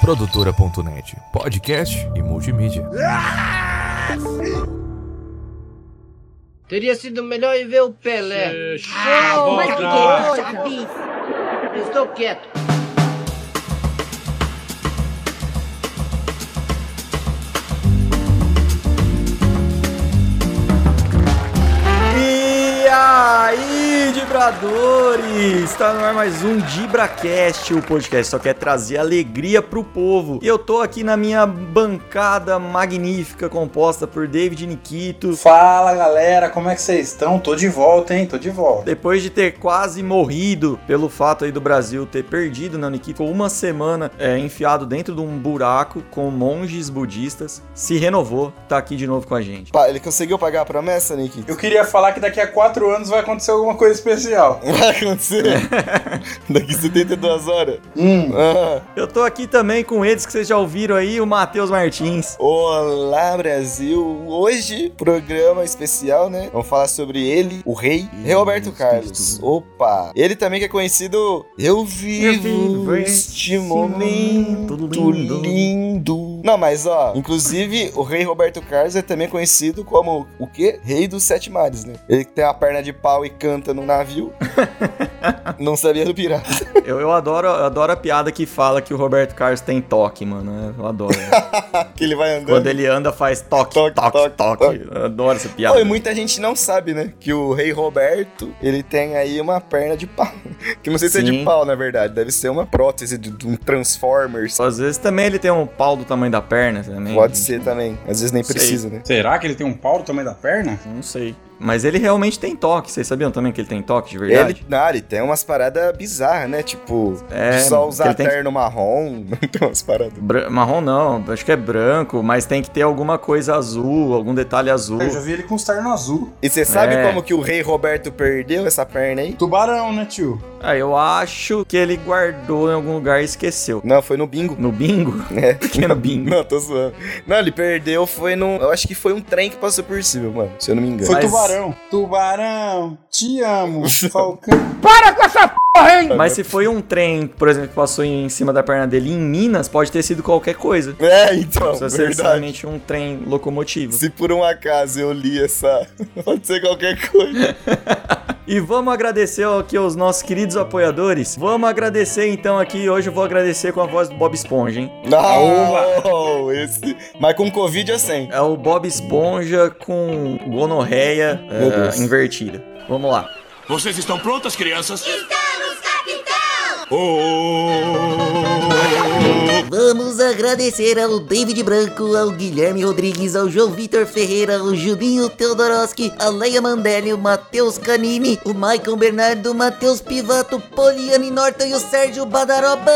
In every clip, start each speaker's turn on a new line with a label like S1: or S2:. S1: Produtora.net, podcast e multimídia.
S2: Teria sido melhor ir ver o Pelé.
S3: Não, mas que coisa,
S2: Eu estou quieto.
S4: E aí, Dibradores! Está no ar mais um DibraCast, o podcast só quer trazer alegria pro povo. E eu tô aqui na minha bancada magnífica, composta por David Nikito.
S5: Fala galera, como é que vocês estão? Tô de volta, hein? Tô de volta.
S4: Depois de ter quase morrido pelo fato aí do Brasil ter perdido, né, o Nikito ficou uma semana é, enfiado dentro de um buraco com monges budistas, se renovou, tá aqui de novo com a gente.
S6: Pa- Ele conseguiu pagar a promessa, Nick?
S5: Eu queria falar que daqui a quatro anos vai acontecer alguma coisa especial.
S6: Vai acontecer daqui 72 horas.
S5: Hum,
S6: Ah.
S4: Eu tô aqui também com eles que vocês já ouviram aí, o Matheus Martins.
S6: Olá, Brasil! Hoje, programa especial, né? Vamos falar sobre ele, o rei, Roberto Carlos. Opa! Ele também que é conhecido... Eu vivo,
S4: vivo
S6: este
S4: esse
S6: momento
S4: momento lindo.
S6: lindo. Não, mas ó, inclusive o rei Roberto Carlos é também conhecido como o quê? Rei dos Sete Mares, né? Ele que tem uma perna de pau e canta num navio. Não sabia do pirata.
S4: Eu, eu adoro, eu adoro a piada que fala que o Roberto Carlos tem toque, mano. É, Eu adoro.
S6: que ele vai andando.
S4: Quando ele anda, faz toque, toque,
S6: Toque,
S4: toque.
S6: toque, toque.
S4: Eu adoro essa piada.
S6: Pô, e muita gente não sabe, né? Que o rei Roberto, ele tem aí uma perna de pau. Que não sei se é
S4: Sim.
S6: de pau, na verdade. Deve ser uma prótese de, de um Transformers.
S4: Às vezes também ele tem um pau do tamanho da perna também.
S6: Pode ser também. Às vezes nem
S4: Sei.
S6: precisa, né?
S5: será que ele tem um pau do tamanho da perna?
S4: Não sei. Mas ele realmente tem toque. Vocês sabiam também que ele tem toque de verdade?
S6: Ele, não, ele tem umas paradas bizarras, né? Tipo,
S4: É,
S6: só usar
S4: ele tem-
S6: terno marrom. tem umas paradas.
S4: Bran- Marrom não, acho que é branco, mas tem que ter alguma coisa azul, algum detalhe azul.
S5: Eu já
S6: é-
S5: vi ele com os terno azul.
S6: E você sabe
S4: É.
S6: como que o rei Roberto perdeu essa perna aí?
S5: Tubarão, né, tio?
S4: Ah, eu acho que ele guardou em algum lugar e esqueceu.
S6: Não, foi no bingo.
S4: No bingo?
S6: É.
S4: Pequeno bingo.
S6: Não, tô zoando. Não, ele perdeu, foi num. Eu acho que foi um trem que passou por cima, mano. Se eu não me engano.
S5: Foi
S4: Mas-
S5: tubarão. Tubarão, te amo, Falcão.
S6: Tá
S4: Mas se foi um trem, por exemplo, que passou em cima da perna dele em Minas, pode ter sido qualquer coisa.
S6: É, então.
S4: Precisa ser
S6: verdade.
S4: necessariamente um trem locomotivo.
S6: Se por um acaso eu li essa. Pode ser qualquer coisa.
S4: E vamos agradecer aqui aos nossos queridos apoiadores. Vamos agradecer então aqui. Hoje eu vou agradecer com a voz do Bob Esponja, hein?
S6: Não! Esse... Mas com Covid é sem.
S4: É o Bob Esponja com gonorreia
S6: Meu
S4: eh,
S6: Deus.
S4: invertida. Vamos lá.
S7: Vocês estão prontas, crianças? Estamos, capitão! Oh!
S8: Vamos agradecer ao David Branco, ao Guilherme Rodrigues, ao João Vitor Ferreira, ao Juninho Teodoroski, a Leia Mandelli, o Matheus Canini, o Maicon Bernardo, o Matheus Pivato, Poliane Norton e o Sérgio Badaroba.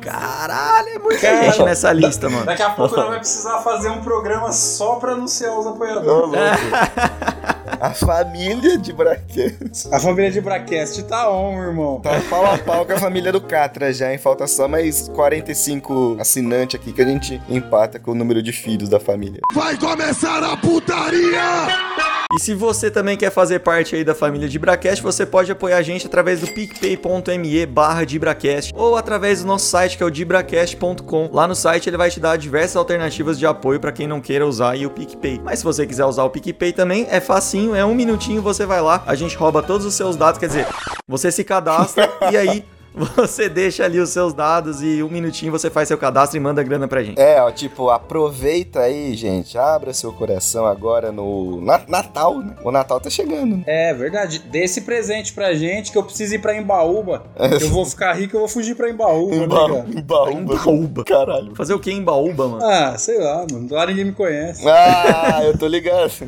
S4: Caralho, é muita gente nessa lista, mano.
S5: Daqui a pouco nós vai precisar fazer um programa só pra anunciar os
S6: Ô,
S5: apoiadores.
S6: louco. a família de Braquete.
S5: A família de Bracast tá on, meu irmão.
S6: Tá pau a pau com a família do Catra já, hein? Falta só mais 45 assinantes aqui que a gente empata com o número de filhos da família.
S7: Vai começar a putaria!
S4: E se você também quer fazer parte aí da família de Bracast, você pode apoiar a gente através do picpay.me barra Dibracast ou através do nosso site que é o dibracast.com. Lá no site ele vai te dar diversas alternativas de apoio pra quem não queira usar aí o PicPay. Mas se você quiser usar o PicPay também, é facinho, é um minutinho, você vai lá, a gente rouba todos os seus dados, quer dizer, você se cadastra e aí você deixa ali os seus dados e um minutinho você faz seu cadastro e manda grana pra gente.
S6: É, ó, tipo, aproveita aí, gente. Abra seu coração agora no na- Natal, né? O Natal tá chegando, né?
S5: É verdade. Dê esse presente pra gente que eu preciso ir pra Embaúba.
S6: É.
S5: Eu vou ficar rico, eu vou fugir pra Embaúba, né, cara?
S6: Embaúba. Caralho.
S4: Fazer o que em baúba, mano?
S5: Ah, sei lá, mano. Lá ninguém me conhece.
S6: Ah, eu tô ligado.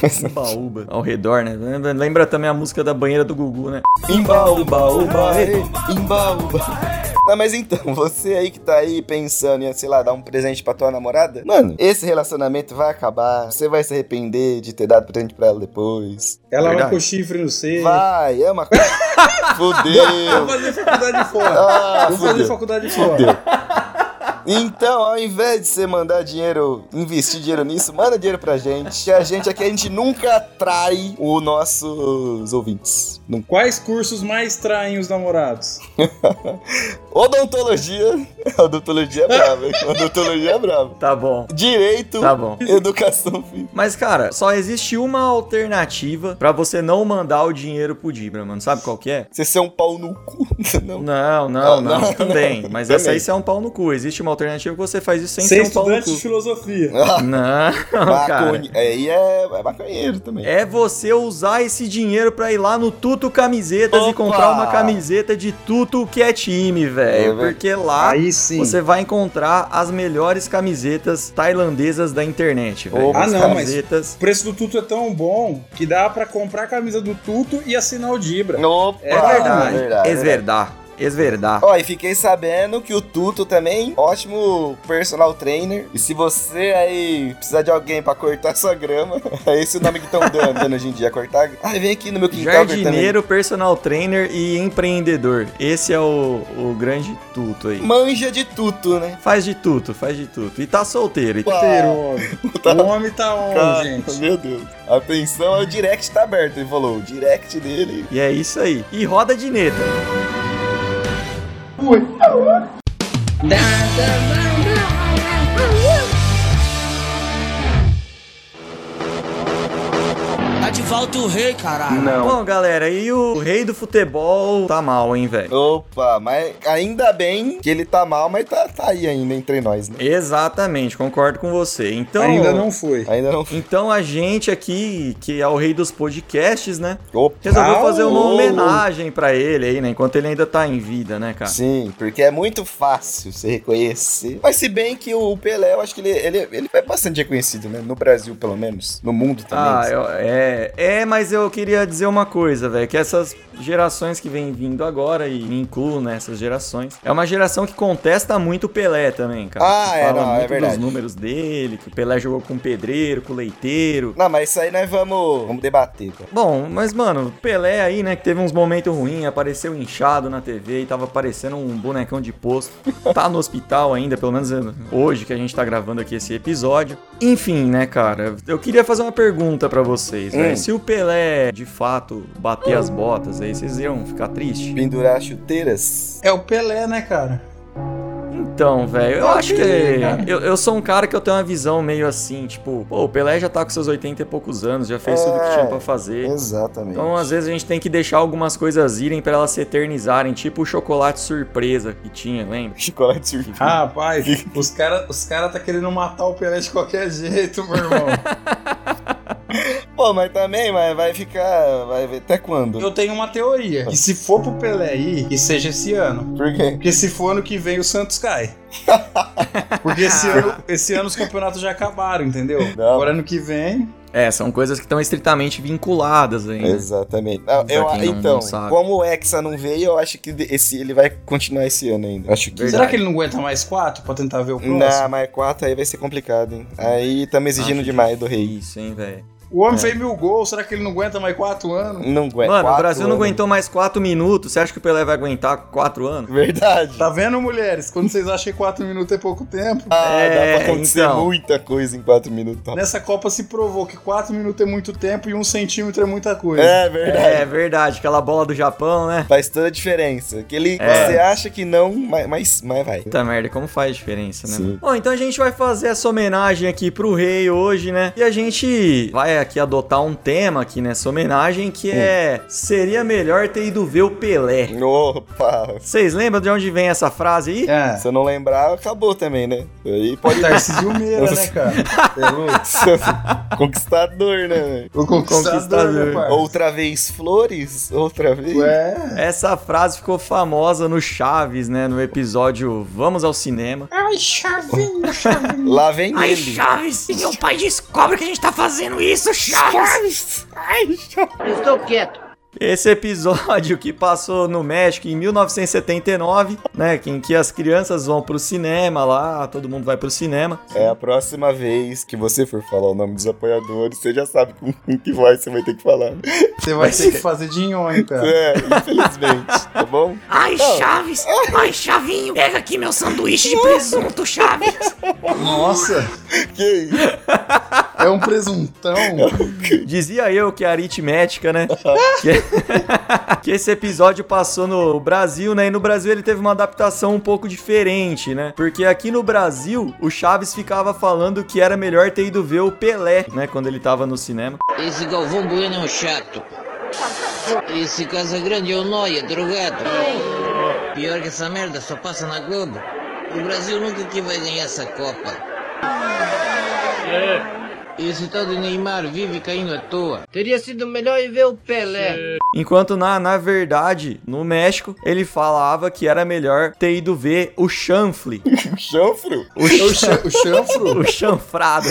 S6: Então.
S4: Baúba. Ao redor, né? Lembra, lembra também a música da banheira do Gugu, né?
S6: Imbaúba, uba, ei, imbaúba. Não, mas então, você aí que tá aí pensando em, sei lá, dar um presente pra tua namorada, mano, esse relacionamento vai acabar, você vai se arrepender de ter dado presente pra ela depois.
S5: Ela vai
S4: Verdade.
S5: com o chifre no seio.
S6: Vai, é uma coisa.
S5: Vou
S6: Fudeu.
S5: fazer faculdade fora.
S6: Ah,
S5: Vou fazer
S6: fudeu.
S5: faculdade fora.
S6: Fudeu. Então, ao invés de você mandar dinheiro, investir dinheiro nisso, manda dinheiro pra gente. Que a gente aqui, a gente nunca atrai os nossos ouvintes. Nunca.
S5: Quais cursos mais traem os namorados?
S6: Odontologia. Odontologia é brava, hein? Odontologia é brava.
S4: Tá bom.
S6: Direito,
S4: Tá bom.
S6: educação física.
S4: Mas, cara, só existe uma alternativa pra você não mandar o dinheiro pro Dibra, mano. Sabe qual que é?
S6: Você ser um pau no cu. Não.
S4: Não,
S6: Não,
S4: não, não,
S6: não,
S4: também.
S6: não.
S4: Mas
S6: Também.
S4: essa aí você é um pau no cu. Existe uma alternativa que você faz isso sem
S5: Ser
S4: ser um pau no
S5: estudante
S4: cu.
S5: de filosofia.
S4: Não, cara.
S6: Maconhe... Aí é, é maconheiro também.
S4: É você usar esse dinheiro pra ir lá no Tuto Camisetas e
S6: Opa!
S4: comprar uma camiseta de Tuto que é time, velho.
S6: É, velho.
S4: porque lá
S5: Aí sim.
S4: Ah, você vai encontrar as melhores camisetas tailandesas da internet, velho.
S6: Opa,
S4: As
S5: não, mas-
S4: camisetas.
S5: O preço do Tuto é tão bom que dá pra comprar a camisa do Tuto e assinar o Dibra.
S6: Opa,
S5: É verdade,
S6: Ah, verdade.
S4: Esverdar. Esverdar.
S6: Ó, e fiquei sabendo que o Tuto também, ótimo personal trainer. E se você aí precisar de alguém pra cortar sua grama, é esse o nome que estão dando dando hoje em dia, cortar. Ai, vem aqui no meu quintal
S4: Jardineiro, personal trainer e empreendedor. Esse é o, o grande tuto aí.
S6: cortando. Manja de Tuto, né?
S4: Faz de tudo, faz de tudo. E tá solteiro. E tá...
S5: Inteiro, homem. O homem tá on,
S6: Cara,
S5: gente.
S6: Ah, Meu Deus. Atenção, o direct tá aberto, ele falou. O direct dele.
S4: E é isso aí. E roda de neta.
S7: Tá de volta o rei, caralho.
S4: Bom, galera, e o rei do futebol tá mal, hein, velho?
S6: Opa, mas ainda bem que ele tá mal, mas tá, tá aí ainda entre nós, né?
S4: Exatamente, concordo com você. Então,
S5: Ainda não foi.
S6: Ainda não.
S4: Então a gente aqui, que é o rei dos podcasts, né?
S6: Opa.
S4: Resolveu fazer uma
S6: Alô.
S4: homenagem pra ele aí, né? Enquanto ele ainda tá em vida, né, cara?
S6: Sim, porque é muito fácil se reconhecer. Mas se bem que o Pelé, eu acho que ele, ele, ele é bastante reconhecido, né? No Brasil, pelo menos. No mundo
S4: Ah,
S6: também.
S4: eu- é, é, mas eu queria dizer uma coisa, velho, que essas gerações que vêm vindo agora, e me incluo nessas gerações, é uma geração que contesta muito o Pelé também, cara.
S6: Ah,
S4: Que
S6: é,
S4: fala
S6: não, é
S4: muito
S6: verdade.
S4: dos números dele, que o Pelé jogou com pedreiro, com leiteiro.
S6: Não, mas isso aí nós vamos, vamos debater, cara.
S4: Bom, mas mano, Pelé aí, né, que teve uns momentos ruins, apareceu inchado na TV e tava parecendo um bonecão de posto. Tá no hospital ainda, pelo menos eh, hoje que a gente tá gravando aqui esse episódio. Enfim, né, cara, eu queria fazer uma pergunta pra vocês,
S6: Hum.
S4: velho. Se o Pelé de fato bater as botas aí, vocês iam ficar tristes?
S6: Pendurar chuteiras.
S5: É o Pelé, né, cara?
S4: Então, velho, eu acho que. Eu, eu sou um cara que eu tenho uma visão meio assim, tipo, pô, o Pelé já tá com seus 80 e poucos anos, já fez tudo que tinha pra fazer.
S6: Exatamente.
S4: Então, às vezes, a gente tem que deixar algumas coisas irem pra elas se eternizarem, tipo o chocolate surpresa que tinha, lembra?
S6: Chocolate surpresa.
S5: Rapaz, os caras os cara tá querendo matar o Pelé de qualquer jeito, meu irmão.
S6: Pô, mas também, mas vai ficar. Vai ver até quando?
S5: Eu tenho uma teoria. E se for pro Pelé ir, que seja esse ano.
S6: Por quê?
S5: Porque se for ano que vem, o Santos cai. Porque esse ano, esse ano os campeonatos já acabaram, entendeu?
S6: Ah. Não.
S5: Agora ano que vem.
S4: É, são coisas que estão estritamente vinculadas né? ainda.
S6: Exatamente. Ah,
S4: Pra
S6: eu-
S4: quem não-
S6: então,
S4: não sabe.
S6: como o Hexa não veio, eu acho que esse, ele vai continuar esse ano ainda. Acho que.
S5: Será que ele não aguenta mais quatro pra tentar ver o próximo?
S6: Não, mas 4 aí vai ser complicado, hein? Aí tá me exigindo
S4: Acho
S6: demais do
S4: Que
S6: rei.
S4: Isso, hein, velho.
S5: O
S6: É.
S5: homem fez mil gols, será que ele não aguenta mais quatro anos?
S6: Não aguenta.
S4: Mano, o
S6: É, Quatro
S4: Brasil não
S6: anos.
S4: aguentou mais quatro minutos. Você acha que o Pelé vai aguentar quatro anos?
S6: Verdade.
S5: Tá vendo, mulheres? Quando vocês acham que quatro minutos é pouco tempo,
S6: Ah,
S4: É,
S6: dá pra acontecer
S4: então.
S6: muita coisa em 4 minutos.
S5: nessa Copa se provou que quatro minutos é muito tempo e um centímetro é muita coisa.
S6: É verdade.
S4: É verdade, aquela bola do Japão, né?
S6: Faz toda a diferença. Que ele,
S4: É.
S6: Você acha que não, mas, mas, mas vai.
S4: Puta merda, como faz diferença, né?
S6: Sim.
S4: mano? Bom, então a gente vai fazer essa homenagem aqui pro rei hoje, né? E a gente vai aqui adotar um tema aqui nessa homenagem que é: seria melhor ter ido ver o Pelé.
S6: Opa!
S4: Vocês lembram de onde vem essa frase aí?
S5: É.
S6: Se eu não lembrar, acabou também, né? Aí pode.
S5: Tarcísio Meira, né, cara?
S6: um Conquistador, né? velho?
S5: O
S4: Conquistador.
S5: conquistador, né, pai?
S6: Outra vez flores? Outra vez?
S5: Ué.
S4: Essa frase ficou famosa no Chaves, né? No episódio Vamos ao Cinema.
S3: Ai, chavinho, chavinho.
S6: Lá vem ele.
S8: Chaves, meu pai descobre que a gente tá fazendo isso, Chaves!
S2: Estou quieto.
S4: Esse episódio que passou no México em 1979, né? que- Em que as crianças vão pro cinema lá, todo mundo vai pro cinema.
S6: É a próxima vez que você for falar o nome dos apoiadores, você já sabe com com que voz você vai ter que falar.
S9: Você vai ter que fazer de nhonho,
S5: Tá.
S9: cara.
S6: É, infelizmente, tá bom?
S10: Ai, Chaves! Ai, Chavinho! Pega aqui meu sanduíche de presunto, Chaves!
S9: Nossa,
S6: Que isso?
S9: é um presuntão.
S4: Dizia eu que é aritmética, né? que, que esse episódio passou no Brasil, né? E no Brasil ele teve uma adaptação um pouco diferente, né? Porque aqui no Brasil, o Chaves ficava falando que era melhor ter ido ver o Pelé, né? Quando ele tava no cinema.
S2: Esse Galvão Bueno é um chato. Esse Casagrande é um noia, drogado. Pior que essa merda só passa na Globo. O Brasil nunca que vai ganhar essa Copa. Esse tal de Neymar vive caindo à toa. Teria sido melhor ir ver o Pelé.
S4: Enquanto na, na verdade, no México, ele falava que era melhor ter ido ver o chanfle.
S6: Chanfro?
S9: O, cha- o chanfro,
S4: o chanfrado.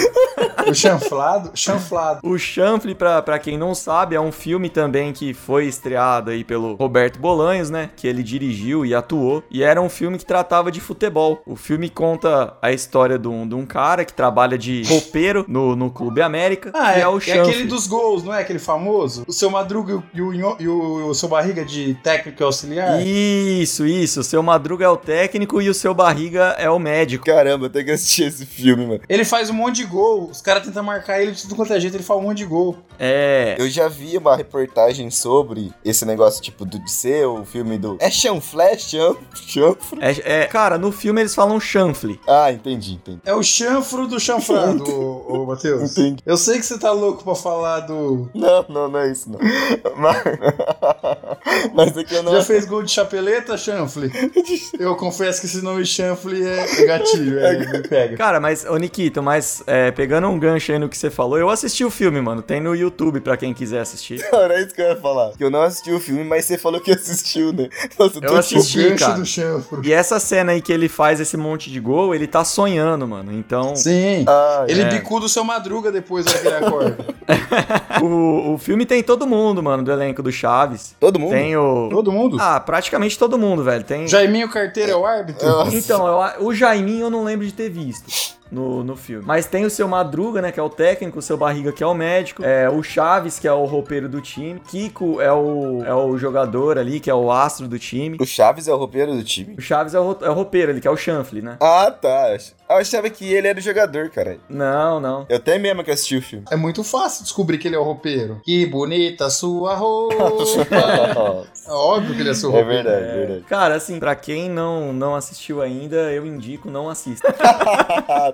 S9: o chanflado, chanflado.
S4: O Chanfle, pra, pra quem não sabe, é um filme também que foi estreado aí pelo Roberto Bolanhos, né? Que ele dirigiu e atuou. E era um filme que tratava de futebol. O filme conta a história de um, de um cara que trabalha de roupeiro no, no Clube América,
S5: Ah,
S4: que
S5: é,
S4: é, o
S5: é
S4: Chanfle.
S5: aquele dos gols, não é aquele famoso? O seu Madruga e o- e o, Nho- e o- o seu Barriga de técnico e auxiliar?
S4: Isso, isso. O seu Madruga é o técnico e o seu Barriga é o médico.
S6: Caramba, eu tenho que assistir esse filme, mano.
S5: Ele faz um monte de gol, os caras tentam marcar ele de tudo quanto é jeito, ele faz um monte de gol.
S4: É.
S6: Eu já vi uma reportagem sobre esse negócio, tipo, do de ser o filme do. É chanflé? Chanf- Chanfro?
S4: É, é- cara, no filme eles falam chanfle.
S6: Ah, entendi, entendi.
S5: É o chanfro do chanfrado, ô, ô Matheus.
S6: Entendi.
S5: Eu sei que você tá louco pra falar do...
S6: Não, não, não é isso, não. Mas, Mas é que eu não.
S5: Já fez gol de chapeleta, chanfle? Eu confesso que esse nome chanfle é gatilho, é, me pega.
S4: Cara, mas, ô Nikito, mas é, pegando um gancho aí no que você falou, eu assisti o filme, mano. Tem no YouTube pra quem quiser assistir.
S6: Não, era é isso que eu ia falar. Que eu não assisti o filme, mas você falou que assistiu, né? Nossa,
S4: Eu assisti.
S5: O gancho
S4: cara.
S5: do chanfro.
S4: E essa cena aí que ele faz esse monte de gol, ele tá sonhando, mano. Então,
S5: Sim.
S6: Ah,
S5: Ele
S4: é.
S5: bicuda o seu Madruga depois vai virar a corda.
S4: o, o filme tem todo mundo, mano, do elenco do Chaves.
S6: Todo mundo?
S4: Tem o.
S5: Todo mundo?
S4: Ah, praticamente todo mundo, velho. Tem.
S5: Jaiminho Carteiro é o árbitro?
S4: Então, eu a- o Jaiminho eu não lembro de ter visto no, no filme. Mas tem o seu Madruga, né, que é o técnico, o seu Barriga, que é o médico, é, o Chaves, que é o roupeiro do time, Kiko é o, é o jogador ali, que é o astro do time.
S6: O Chaves é o roupeiro do time?
S4: O Chaves é o, ro- é o roupeiro, ele que é o Chanfle, né?
S6: Ah, tá. Eu achava que ele era o jogador, cara.
S4: Não, não.
S6: Eu até mesmo que assisti o filme.
S9: É muito fácil descobrir que ele é o roupeiro. Que bonita sua roupa.
S6: é
S9: É óbvio que ele é seu roupeiro.
S6: verdade, é verdade.
S4: Cara, assim, pra quem não, não assistiu ainda, eu indico, não assista.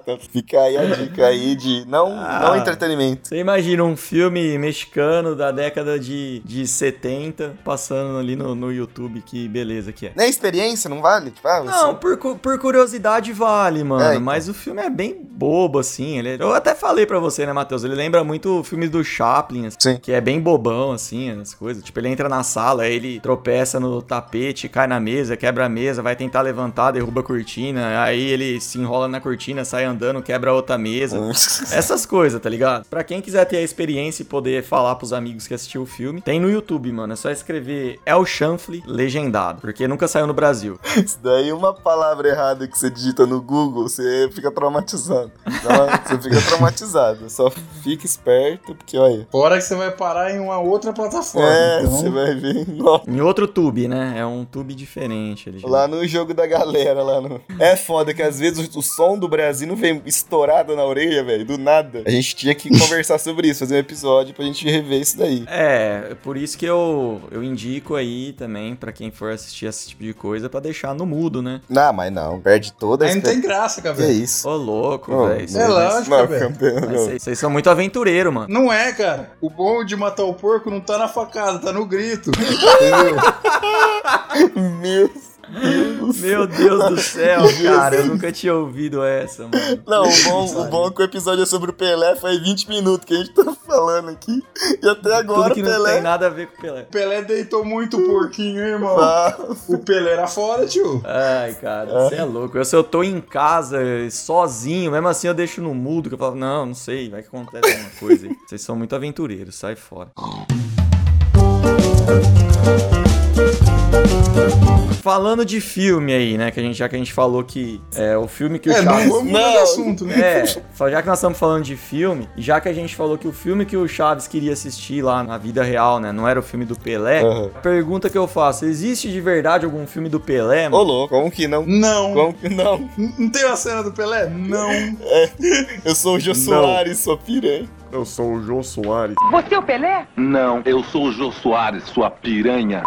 S6: Então Fica aí a dica aí de não,
S4: Ah.
S6: não entretenimento.
S4: Você imagina um filme mexicano da década de, de 70 passando ali no, no YouTube, que beleza que é.
S6: Nem experiência, não vale? Tipo, ah, você-
S4: Não, por, cu- por curiosidade vale, mano.
S6: É, então.
S4: Mas o filme é bem bobo, assim. Ele, eu até falei pra você, né, Matheus? Ele lembra muito o filme do Chaplin, assim,
S6: Sim.
S4: que é bem bobão, assim, as coisas. Tipo, ele entra na sala, aí ele tropeça no tapete, cai na mesa, quebra a mesa, vai tentar levantar, derruba a cortina. Aí ele se enrola na cortina, sai andando, quebra outra mesa. Essas coisas, tá ligado? Pra quem quiser ter a experiência e poder falar pros amigos que assistiu o filme, tem no YouTube, mano. É só escrever El Chanfle legendado, porque nunca saiu no Brasil.
S6: Isso daí é uma palavra errada que você digita no Google, você fica traumatizado. Não, você fica traumatizado. Só fica esperto, porque olha.
S5: Fora que você vai parar em uma outra plataforma.
S6: É,
S5: então-
S6: você vai ver. Nossa.
S4: Em outro tube, né? É um tube diferente. Ele
S6: Lá no jogo da galera, lá no. É foda que às vezes o, o som do Brasil não vem estourado na orelha, velho, do nada. A gente tinha que conversar sobre isso, fazer um episódio pra gente rever isso daí.
S4: É, por isso que eu, eu indico aí também pra quem for assistir esse tipo de coisa pra deixar no mudo, né?
S6: Não, mas não, perde toda a
S5: Aí não tem
S6: expectativa.
S5: graça,
S6: Que
S5: cabelo.
S6: isso?
S4: Ô, louco,
S6: Ô,
S4: velho.
S5: É lógico,
S6: Não,
S5: velho.
S6: campeão, não.
S4: Vocês são muito aventureiro, mano.
S5: Não é, cara. O bom de matar o porco não tá na facada, tá no grito. Entendeu?
S6: Meu Deus.
S4: Meu Deus do céu, cara. Eu nunca tinha ouvido essa, mano.
S6: Não, o bom, o bom é que o episódio é sobre o Pelé faz 20 minutos que a gente tá falando aqui. E até agora
S4: Tudo
S6: o
S4: que não tem
S6: Pelé.
S4: nada a ver com o Pelé.
S5: O Pelé deitou muito o porquinho, hein, irmão.
S6: Ah,
S5: O Pelé era fora, tio.
S4: Ai, cara, você é louco. Eu, se eu tô em casa, sozinho, mesmo assim eu deixo no mudo, que eu falo, não, não sei, vai que acontece alguma coisa aí. Vocês são muito aventureiros, sai fora. Falando de filme aí, né? Que a gente, já que a gente falou que é o filme que o
S9: É, não
S4: Chaves.
S9: vamos mudar de assunto, né?
S4: É, só já que nós estamos falando de filme, e já que a gente falou que o filme que o Chaves queria assistir lá na vida real, né? Não era o filme do Pelé.
S6: Uhum.
S4: A pergunta que eu faço: existe de verdade algum filme do Pelé,
S6: Ô,
S4: mano?
S6: louco, como que não?
S9: Não.
S6: Como que não?
S9: N- Não tem a cena do Pelé? Não.
S6: Eu sou o Jô Soares, sua piranha.
S11: Eu sou o João Soares.
S12: Você é o Pelé?
S11: Não, eu sou o Jô Soares, sua piranha.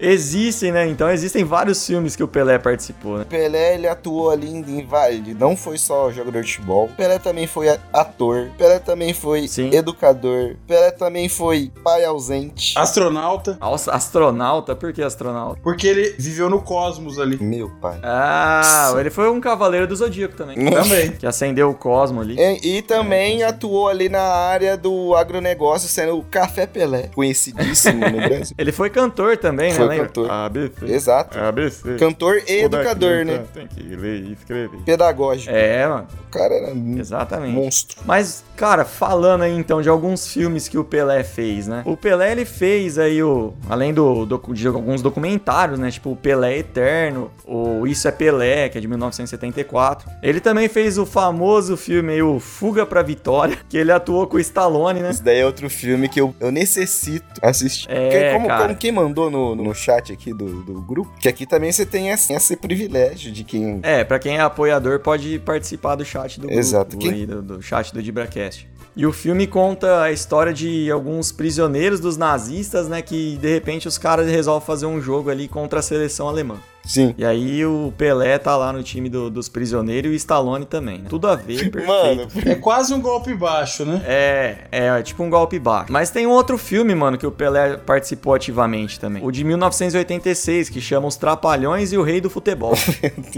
S4: Existem, né? Então existem vários filmes que o Pelé participou, né?
S6: Pelé, ele atuou ali em, em vai- ele não foi só jogador de futebol. Pelé também foi a- ator. Pelé também foi educador. Pelé também foi pai ausente.
S9: Ah. Astronauta.
S4: Nossa, astronauta? Por que astronauta?
S9: Porque ele viveu no cosmos ali.
S6: Meu pai.
S4: Ah, ele foi um cavaleiro do Zodíaco também.
S9: Também.
S4: Que acendeu o cosmo ali.
S6: E, e também atuou ali na área do agronegócio, sendo o Café Pelé. Conhecidíssimo no Brasil.
S4: Ele foi cantor também, né?
S6: Foi
S4: Lembra?
S6: cantor.
S11: ABC.
S6: Exato.
S4: É.
S11: ABC.
S6: Cantor e
S11: Toda
S6: educador,
S11: criança
S6: né?
S11: Tem que ler e escrever.
S6: Pedagógico.
S4: É, mano.
S6: O cara era um
S4: Exatamente.
S6: monstro.
S4: Mas, cara, falando aí então de alguns filmes que o Pelé fez, né? O Pelé ele fez aí o. Além do, docu- de alguns documentários, né? Tipo o Pelé Eterno, o Isso é Pelé, que é de 1974. Ele também fez o famoso filme aí, o Fuga pra Vitória, que ele atuou com o Stallone, né?
S6: Esse daí é outro filme que eu, eu necessito assistir.
S4: É,
S6: Porque como,
S4: cara.
S6: como quem mandou no, no chat aqui do, do grupo, que aqui também você tem esse, esse privilégio de quem.
S4: É, pra quem é apoiador pode participar do chat do grupo,
S6: Exato. Quem-
S4: aí, do, do chat do Dibracast. E o filme conta a história de alguns prisioneiros dos nazistas, né, que de repente os caras resolvem fazer um jogo ali contra a seleção alemã.
S6: Sim.
S4: E aí o Pelé tá lá no time do- dos prisioneiros e o Stallone também, né? Tudo a ver, perfeito.
S6: Mano,
S9: É quase um golpe baixo, né?
S4: É, é, é tipo um golpe baixo. Mas tem um outro filme, mano, que o Pelé participou ativamente também. O de 1986, que chama Os Trapalhões e o Rei do Futebol.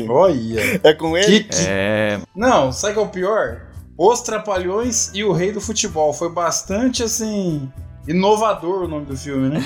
S9: Olha.
S6: é com ele?
S9: Que, que-
S4: é,
S9: Não, sabe o que é o pior? Os Trapalhões e o Rei do Futebol. Foi bastante, assim, inovador o nome do filme, né?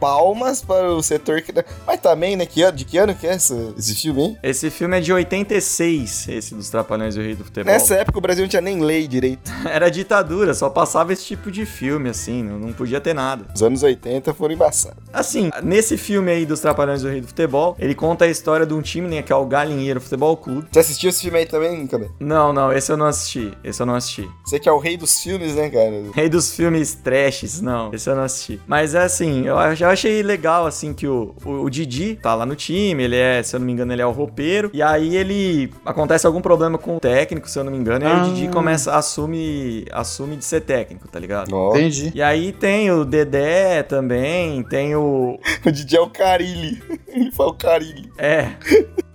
S6: Palmas para o setor que. Mas também, né? Que ano, de que ano que é esse, esse filme, hein?
S4: Esse filme é de 86, esse dos Trapalhões e o Rei do Futebol.
S6: Nessa época o Brasil não tinha nem lei direito.
S4: Era ditadura, só passava esse tipo de filme, assim, não, não podia ter nada.
S6: Os anos 80 foram embaçados.
S4: Assim, nesse filme aí dos Trapalhões e o Rei do Futebol, ele conta a história de um time, né, que é o Galinheiro Futebol Clube.
S6: Você assistiu esse filme aí também, cara?
S4: Não, não, esse eu não assisti, esse eu não assisti.
S6: Você que é o rei dos filmes, né, cara?
S4: Rei É dos filmes trashes, não, esse eu não assisti. Mas é assim, eu ach- eu achei legal, assim, que o, o, o Didi tá lá no time, ele é, se eu não me engano, ele é o roupeiro. E aí ele. Acontece algum problema com o técnico, se eu não me engano, e aí
S9: Ah.
S4: o Didi começa, assume, assume de ser técnico, tá ligado?
S6: Ó,
S9: Entendi.
S4: E aí tem o Dedé também, tem o.
S6: o Didi é o Carilli. Ele foi o Carilli.
S4: É,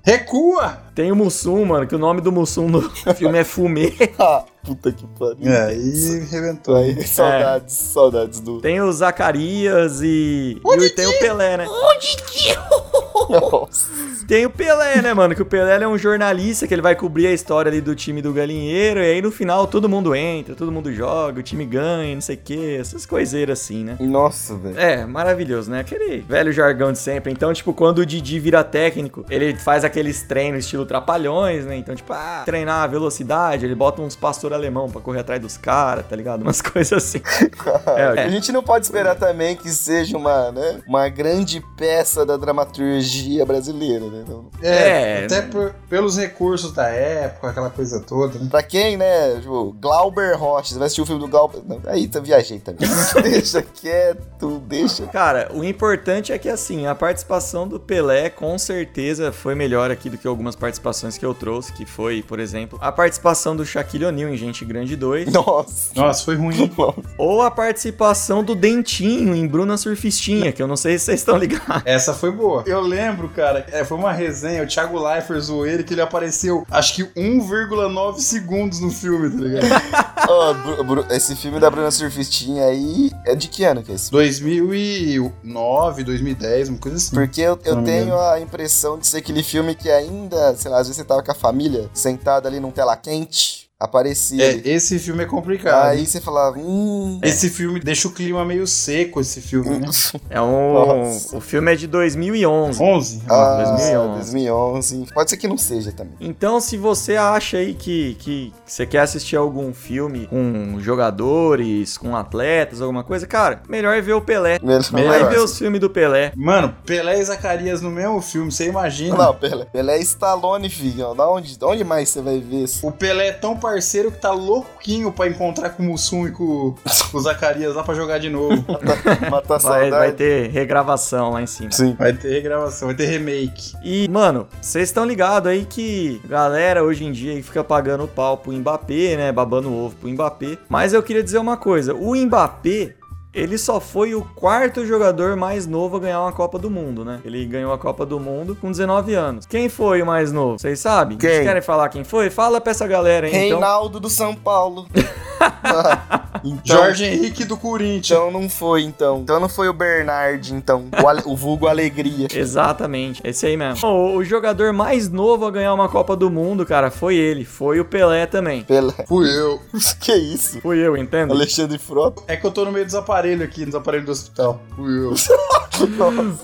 S9: Recua!
S4: tem o Mussum, mano, que o nome do Mussum no filme é Fumê.
S6: Ah, puta que
S9: É,
S6: pariu.
S9: aí reventou.
S6: Aí, saudades,
S4: É.
S6: saudades do.
S4: Tem o Zacarias e. e o- tem o Pelé, né?
S6: Nossa.
S4: Tem o Pelé, né, mano? Que o Pelé ele é um jornalista que ele vai cobrir a história ali do time do galinheiro. E aí no final todo mundo entra, todo mundo joga, o time ganha, não sei o quê. Essas coiseiras assim, né?
S6: Nossa, velho.
S4: É, maravilhoso, né? Aquele velho jargão de sempre. Então, tipo, quando o Didi vira técnico, ele faz aqueles treinos estilo trapalhões, né? Então, tipo, ah, treinar a velocidade, ele bota uns pastor alemão pra correr atrás dos caras, tá ligado? Umas coisas assim.
S9: É,
S6: A gente não pode esperar também que seja uma, né, uma grande peça da dramaturgia brasileira, né? Então,
S9: É,
S4: É.
S9: até por- pelos recursos da época, aquela coisa toda, né?
S6: pra quem, né, tipo, Glauber Rocha, você vai assistir o filme do Glauber... Não, aí tá, viajei também. deixa quieto, deixa...
S4: Cara, o importante é que, assim, a participação do Pelé com certeza foi melhor aqui do que algumas participações que eu trouxe, que foi, por exemplo, a participação do Shaquille O'Neal em Gente Grande 2,
S6: Nossa.
S9: Nossa, foi ruim.
S4: ou a participação do Dentinho em Bruna Surfistinha, que eu não sei se vocês estão ligados.
S9: Essa foi boa. Eu lembro, cara, é, foi uma resenha, o Thiago Leifert zoou ele, que ele apareceu acho que 1,9 segundos no filme, tá ligado?
S6: Ó, Bru- Bru- esse filme da Bruna Surfistinha aí, é de que ano que é esse?
S9: 2009, 2010, uma coisa assim.
S6: Porque eu, eu
S9: Não me
S6: tenho
S9: lembro.
S6: a impressão de ser aquele filme que ainda, sei lá, às vezes você tava com a família, sentada ali num tela quente. aparecia.
S9: É, esse filme é complicado.
S6: Aí você falava, hum.
S9: Esse filme deixa o clima meio seco, esse filme, né?
S4: É um. O filme é de 2011.
S9: 11?
S6: Ah,
S4: 2011.
S6: 2011. Pode ser que não seja também.
S4: Então, se você acha aí que, que você quer assistir algum filme com jogadores, com atletas, alguma coisa, cara, melhor ver o Pelé. Vai
S6: Melhor.
S4: ver os filmes do Pelé.
S9: Mano, Pelé e Zacarias no mesmo filme, você imagina?
S6: Não, Pelé. Pelé é Stallone, filho. Da onde, da onde mais você vai ver isso?
S9: O Pelé é tão parceiro que tá louquinho pra encontrar com o Mussum e com o Zacarias lá pra jogar de novo.
S6: Matar
S4: Vai,
S6: saudade.
S4: vai ter regravação lá em cima.
S6: Sim.
S9: Vai ter regravação, vai ter remake.
S4: E, mano, vocês estão ligados aí que galera hoje em dia aí fica pagando pau pro Mbappé, né? Babando o ovo pro Mbappé. Mas eu queria dizer uma coisa: o Mbappé. Ele só foi o quarto jogador mais novo a ganhar uma Copa do Mundo, né? Ele ganhou a Copa do Mundo com 19 anos. Quem foi o mais novo? Vocês sabem?
S6: Quem?
S4: Vocês querem falar quem foi? Fala pra essa galera aí, então.
S6: Reinaldo do São Paulo. então,
S9: Jorge Henrique do Corinthians.
S6: Então não foi, então. Então não foi o Bernard, então. O, ale- o vulgo Alegria.
S4: Exatamente, esse aí mesmo. O, o jogador mais novo a ganhar uma Copa do Mundo, cara, foi ele. Foi o Pelé também.
S6: Pelé.
S9: Fui eu.
S6: Que isso?
S4: Fui eu, entende?
S6: Alexandre Frota?
S9: É que eu tô no meio dos aparelhos aqui, nos aparelhos do hospital. Fui eu.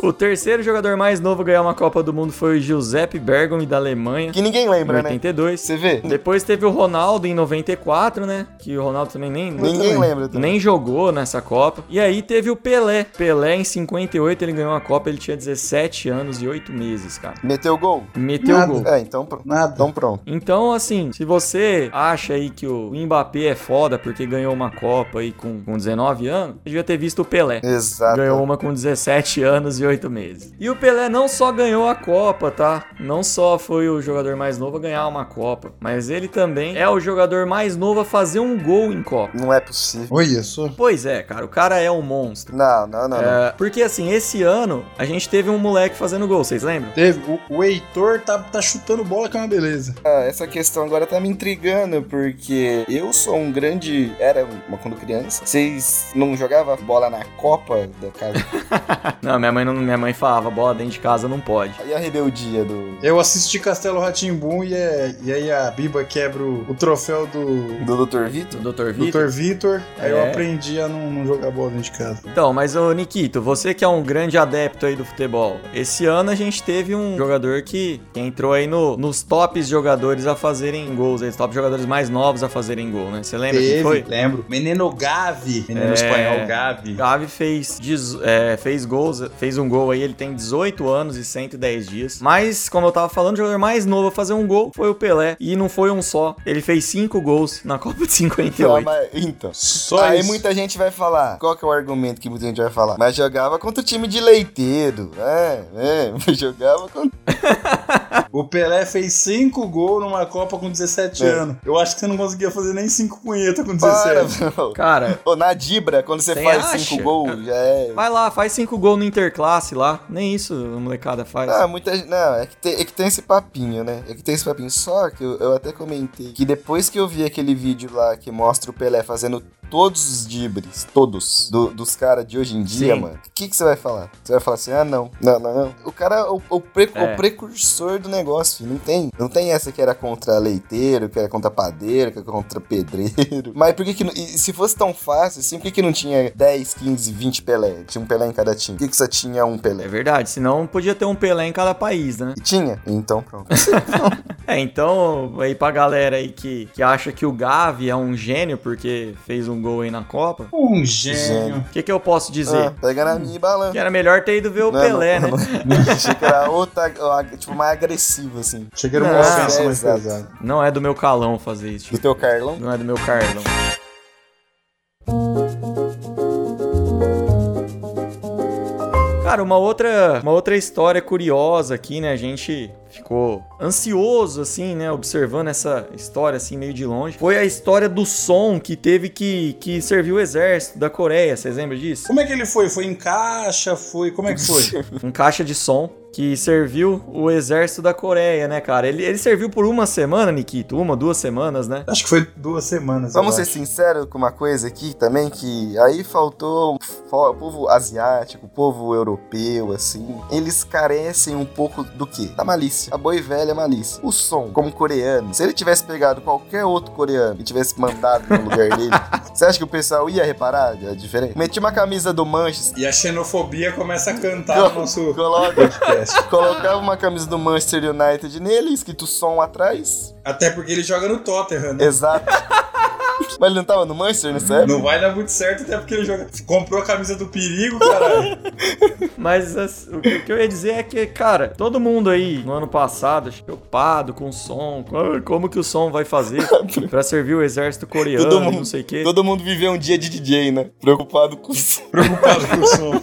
S4: O terceiro jogador mais novo a ganhar uma Copa do Mundo foi o Giuseppe Bergomi da Alemanha,
S6: Que ninguém
S4: em
S6: lembra, né?
S4: 82.
S6: Você vê?
S4: Depois teve o Ronaldo em 94, né? Que o Ronaldo também nem
S6: Ninguém lembra também.
S4: nem jogou nessa Copa. E aí teve o Pelé. Pelé em 58 ele ganhou a Copa, ele tinha 17 anos e 8 meses, cara.
S6: Meteu gol?
S4: Meteu o
S9: Nada.
S4: gol.
S6: É, então pronto.
S9: Nada.
S6: Então pronto.
S4: Então, assim, se você acha aí que o Mbappé é foda porque ganhou uma Copa aí com, com 19 anos, você devia ter visto o Pelé.
S6: Exato.
S4: Ganhou uma com 17 anos e 8 meses. E o Pelé não só ganhou a Copa, tá? Não só foi o jogador mais novo a ganhar uma Copa, mas ele também é o jogador mais novo a fazer um gol em Copa.
S6: Não é possível.
S9: Olha só.
S4: Pois é, cara, o cara é um monstro.
S6: Não, não, não. Ah, não.
S4: É, porque assim, esse ano a gente teve um moleque fazendo gol, vocês lembram?
S9: Teve. O, o Heitor tá, tá chutando bola que é uma beleza.
S6: Ah, essa questão agora tá me intrigando, porque eu sou um grande. Era uma quando criança. Vocês não jogavam bola na Copa da casa?
S4: Não, minha mãe não, minha mãe falava, bola dentro de casa não pode.
S6: Aí a rebeldia do.
S9: Eu assisti Castelo Ratimbum e, é, e aí a Biba quebra o, o troféu do
S6: Do Dr. Vitor?
S4: Do Dr. Vitor.
S9: Dr. Vitor. Aí eu
S4: É.
S9: aprendi a não, não jogar bola dentro de casa.
S4: Então, mas ô Nikito, você que é um grande adepto aí do futebol, esse ano a gente teve um jogador que, que entrou aí no, nos tops jogadores a fazerem gols, aí, os top jogadores mais novos a fazerem gol, né? Você lembra quem foi?
S9: lembro. Menino Gavi. Menino
S4: É.
S9: espanhol Gavi.
S4: Gavi fez, dezo- é, fez gols, fez um gol aí, ele tem 18 anos e 110 dias. Mas, como eu tava falando, o jogador mais novo a fazer um gol foi o Pelé. E não foi um só. Ele fez 5 gols na Copa de
S6: Não,
S4: 58.
S6: mas- então.
S9: Só
S6: Aí
S9: isso.
S6: muita gente vai falar. Qual que é o argumento que muita gente vai falar? Mas jogava contra o time de leiteiro. É, é. Mas jogava contra.
S9: O Pelé fez 5 gols numa Copa com 17
S6: É.
S9: anos. Eu acho que você não conseguia fazer nem 5 punheta com 17.
S6: Para, meu.
S4: Cara,
S6: Ô, na Dibra, quando você
S4: Você
S6: faz
S4: acha?
S6: cinco gols, já é.
S4: vai lá, faz 5 gols no Interclasse lá. Nem isso a molecada faz.
S6: Ah, muita gente. Não, é que, tem, é que tem esse papinho, né? É que tem esse papinho. Só que eu, eu até comentei que depois que eu vi aquele vídeo lá que mostra o Pelé fazendo todos os dibres, todos, do- dos caras de hoje em dia,
S4: Sim.
S6: mano, o que, que você vai falar? Você vai falar assim, ah, não, não, não, não. O cara, é o, o pre-
S4: É.
S6: o precursor do negócio, filho. Não tem, não tem essa que era contra leiteiro, que era contra padeiro, que era contra pedreiro. Mas por que que. não- e se fosse tão fácil, assim, por que que não tinha 10, 15, 20 Pelé? Tinha um Pelé em cada time. Por que que só tinha um Pelé?
S4: É verdade, senão podia ter um Pelé em cada país, né?
S6: E tinha? Então pronto.
S4: É, então, aí pra galera aí que, que acha que o Gavi é um gênio porque fez um gol aí na Copa,
S9: Um gênio.
S4: o que, que eu posso dizer?
S6: Ah, pega na minha e
S4: Que
S6: balança.
S4: era melhor ter ido ver o
S6: Não, é
S4: Pelé,
S6: não,
S4: né?
S6: Achei que era outra, ó, tipo, mais agressivo, assim.
S9: Cheguei numa
S4: Não,
S9: ofensa
S6: é
S9: mais
S6: exato.
S9: pesada.
S4: Não é do meu calão fazer isso.
S6: Do teu Carlão.
S4: Não é do meu Carlão. Cara, uma outra, uma outra história curiosa aqui, né? A gente ficou ansioso, assim, né? Observando essa história, assim, meio de longe. Foi a história do som que teve que, que servir o exército da Coreia. Vocês lembram disso?
S9: Como é que ele foi? Foi em caixa? Foi. Como é que foi?
S4: Um caixa de som que serviu o exército da Coreia, né, cara? Ele, ele serviu por uma semana, Nikito? Uma, duas semanas, né?
S9: Acho que foi duas semanas.
S6: Vamos ser sinceros com uma coisa aqui também, que aí faltou o povo asiático, o povo europeu, assim. Eles carecem um pouco do quê? Da malícia. A boa e velha malícia. O som, como coreano. Se ele tivesse pegado qualquer outro coreano e tivesse mandado no lugar dele, você acha que o pessoal ia reparar a diferença? Meti uma camisa do Manchester.
S9: E a xenofobia começa a cantar no nosso
S6: coloca,
S9: podcast.
S6: Colocava uma camisa do Manchester United nele, escrito som atrás.
S9: Até porque ele joga no Tottenham, né?
S6: Exato. Mas ele não tava no Manchester né? nessa época?
S9: Não vai dar muito certo, até porque ele joga... comprou a camisa do perigo, caralho.
S4: Mas assim, o que o que eu ia dizer é que, cara, todo mundo aí no ano passado preocupado com o som, co- como que o som vai fazer pra servir o exército coreano,
S6: Todo mundo-
S4: não sei o quê.
S6: Todo mundo viveu um dia de DJ, né? Preocupado com isso.
S9: Preocupado com o som.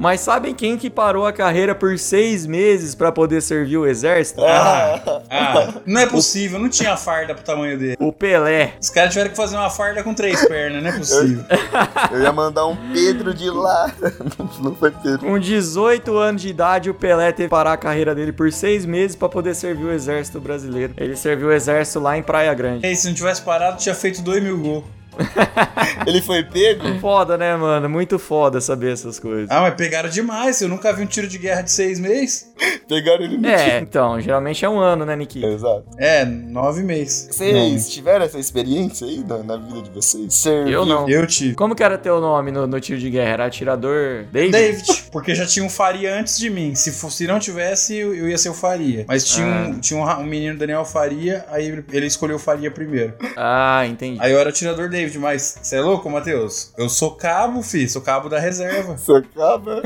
S4: Mas sabem quem que parou a carreira por seis meses pra poder servir o exército?
S6: É.
S9: Ah, ah, não é possível, não tinha farda pro tamanho dele.
S4: O Pelé.
S9: Os caras tiveram que fazer uma farda com três pernas, não é possível.
S6: Eu ia mandar um Pedro de lá. Não foi Pedro.
S4: Com 18 anos de idade, o Pelé teve que parar a carreira dele por seis meses pra poder servir o exército brasileiro. Ele serviu o exército lá em Praia Grande.
S9: É, se não tivesse parado, tinha feito dois mil gols.
S6: Ele foi pego?
S4: Foda, né, mano? Muito foda saber essas coisas.
S9: Ah, mas pegaram demais. Eu nunca vi um tiro de guerra de seis meses.
S6: Pegaram ele no
S4: É,
S6: tiro.
S4: então, geralmente é um ano, né, Niki?
S6: Exato.
S9: É, nove meses.
S6: Vocês tiveram essa experiência aí na, na vida de vocês? Servir?
S4: Eu não.
S9: Não, Eu tive.
S4: Como que era teu nome no, no tiro de guerra? Era atirador David?
S9: David, porque já tinha um Faria antes de mim. Se, fo- se não tivesse, eu, eu ia ser o Faria. Mas tinha, um, tinha um, ra- um menino, Daniel Faria, aí ele, ele escolheu o Faria primeiro.
S4: Ah, entendi.
S9: Aí eu era o tirador David, mas você é louco, Matheus? Eu sou cabo, fi, sou cabo da reserva.
S6: Sacava?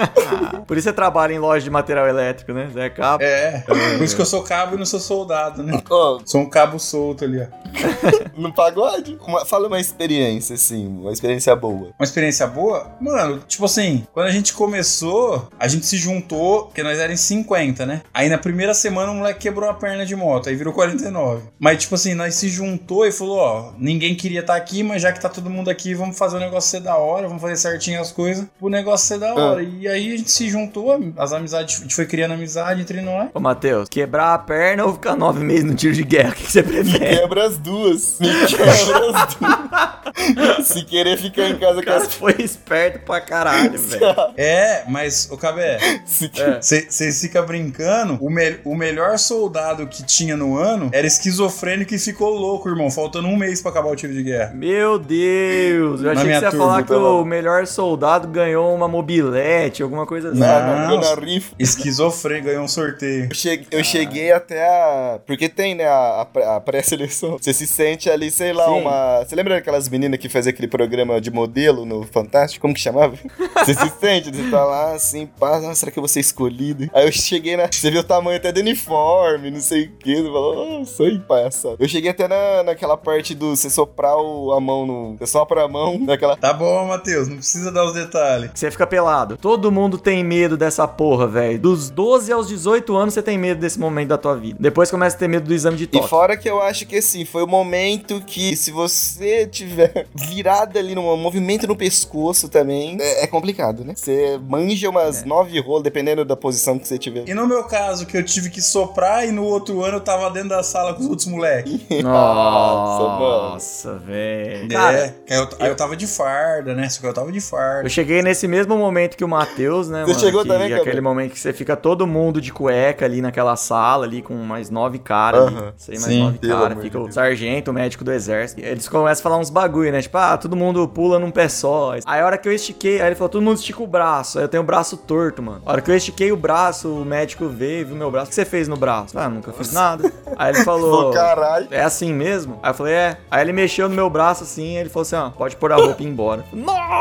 S4: Por isso você trabalha em loja de material elétrico, né? Zé Cabo.
S9: É, por isso que eu sou cabo e não sou soldado, né?
S6: Ó,
S9: Sou um cabo solto ali, ó.
S6: no pagode? Uma- fala uma experiência, assim, uma experiência boa.
S9: Uma experiência boa? Mano, tipo assim, quando a gente começou, a gente se juntou, porque nós éramos 50, né? Aí na primeira semana o moleque quebrou a perna de moto, aí virou 49. Mas tipo assim, nós se juntou e falou, ó, ninguém queria estar aqui, mas já que tá todo mundo aqui, vamos fazer o negócio ser da hora, vamos fazer certinho as coisas, o negócio ser da hora. E aí a gente se juntou, as amizades, a gente foi criando amizade entre nós.
S4: Ô, Matheus, quebrar a perna ou ficar nove meses no tiro de guerra? O que que você prefere?
S6: Quebra as duas. Me quebra as duas. Se querer ficar em casa
S4: O
S6: com
S4: cara
S6: as
S4: foi esperto pra caralho, velho.
S9: É, mas, ô Cabé,
S6: Se que-
S9: Vocês ficam brincando, o, me- o melhor soldado que tinha no ano era esquizofrênico e ficou louco, irmão, faltando um mês pra acabar o tiro de guerra.
S4: Meu Deus, eu
S9: Na
S4: achei que
S9: minha
S4: você ia
S9: turma,
S4: falar que
S6: tá bom.
S4: o melhor soldado ganhou uma mobilete, alguma coisa assim.
S9: Não.
S6: Ah, não, na rifa.
S9: Esquizofrênico ganhou um sorteio.
S6: Eu cheguei, eu cheguei até a. Porque tem, né, a, a pré- a pré-seleção. Você se sente ali, sei lá,
S4: Sim.
S6: uma. Você lembra daquelas meninas que faziam aquele programa de modelo no Fantástico? Como que chamava? Você se sente, você tá lá assim, pá, ah, será que eu vou ser escolhido? Aí eu cheguei na. Você viu o tamanho até do uniforme, não sei o que. Você falou, ah, sou palhaçada. Eu cheguei até na, naquela parte do. Você soprar o- a mão no. Você sopra a mão naquela.
S9: Tá bom, Matheus, não precisa dar os detalhes.
S4: Você fica pelado. Todo mundo tem medo dessa porra, velho. Dos 12 aos 18 anos você tem medo desse momento da tua vida. Depois começa a ter medo do exame de
S6: E
S4: toque.
S6: fora que eu acho que assim, foi o momento que se você tiver virada ali no movimento no pescoço também, é, é complicado, né? Você manja umas nove rolas, dependendo da posição que você tiver.
S9: E no meu caso, que eu tive que soprar e no outro ano eu tava dentro da sala com os outros moleques.
S6: Nossa, mano.
S4: Nossa, velho.
S9: é,
S4: Cara,
S9: que aí eu, aí eu tava de farda, né? Só que eu tava de farda.
S4: eu cheguei nesse mesmo momento que o Matheus, né?
S6: Você
S4: mano,
S6: chegou
S4: que
S6: também, cara?
S4: Aquele momento que você fica todo mundo de cueca ali naquela sala, ali com mais nove caras. ali.
S6: Aham.
S4: Sei, mais
S9: Sim,
S4: nove
S6: pelo
S4: caras.
S6: amor
S4: Fica
S6: de
S4: o
S6: Deus.
S4: sargento, o médico do exército. E eles começam a falar uns bagulho, né? Tipo, ah, todo mundo pula num pé só. Aí a hora que eu estiquei, aí ele falou, todo mundo estica o braço. Aí eu tenho o braço torto, mano. A hora que eu estiquei o braço, o médico veio, viu meu braço. O que você fez no braço? Ah, nunca fiz nada. Aí ele
S6: Ô,
S4: falou.
S6: caralho.
S4: É assim mesmo? Aí eu falei, é. Aí ele mexeu no meu braço assim, aí ele falou assim, ó, pode pôr a roupa e ir embora.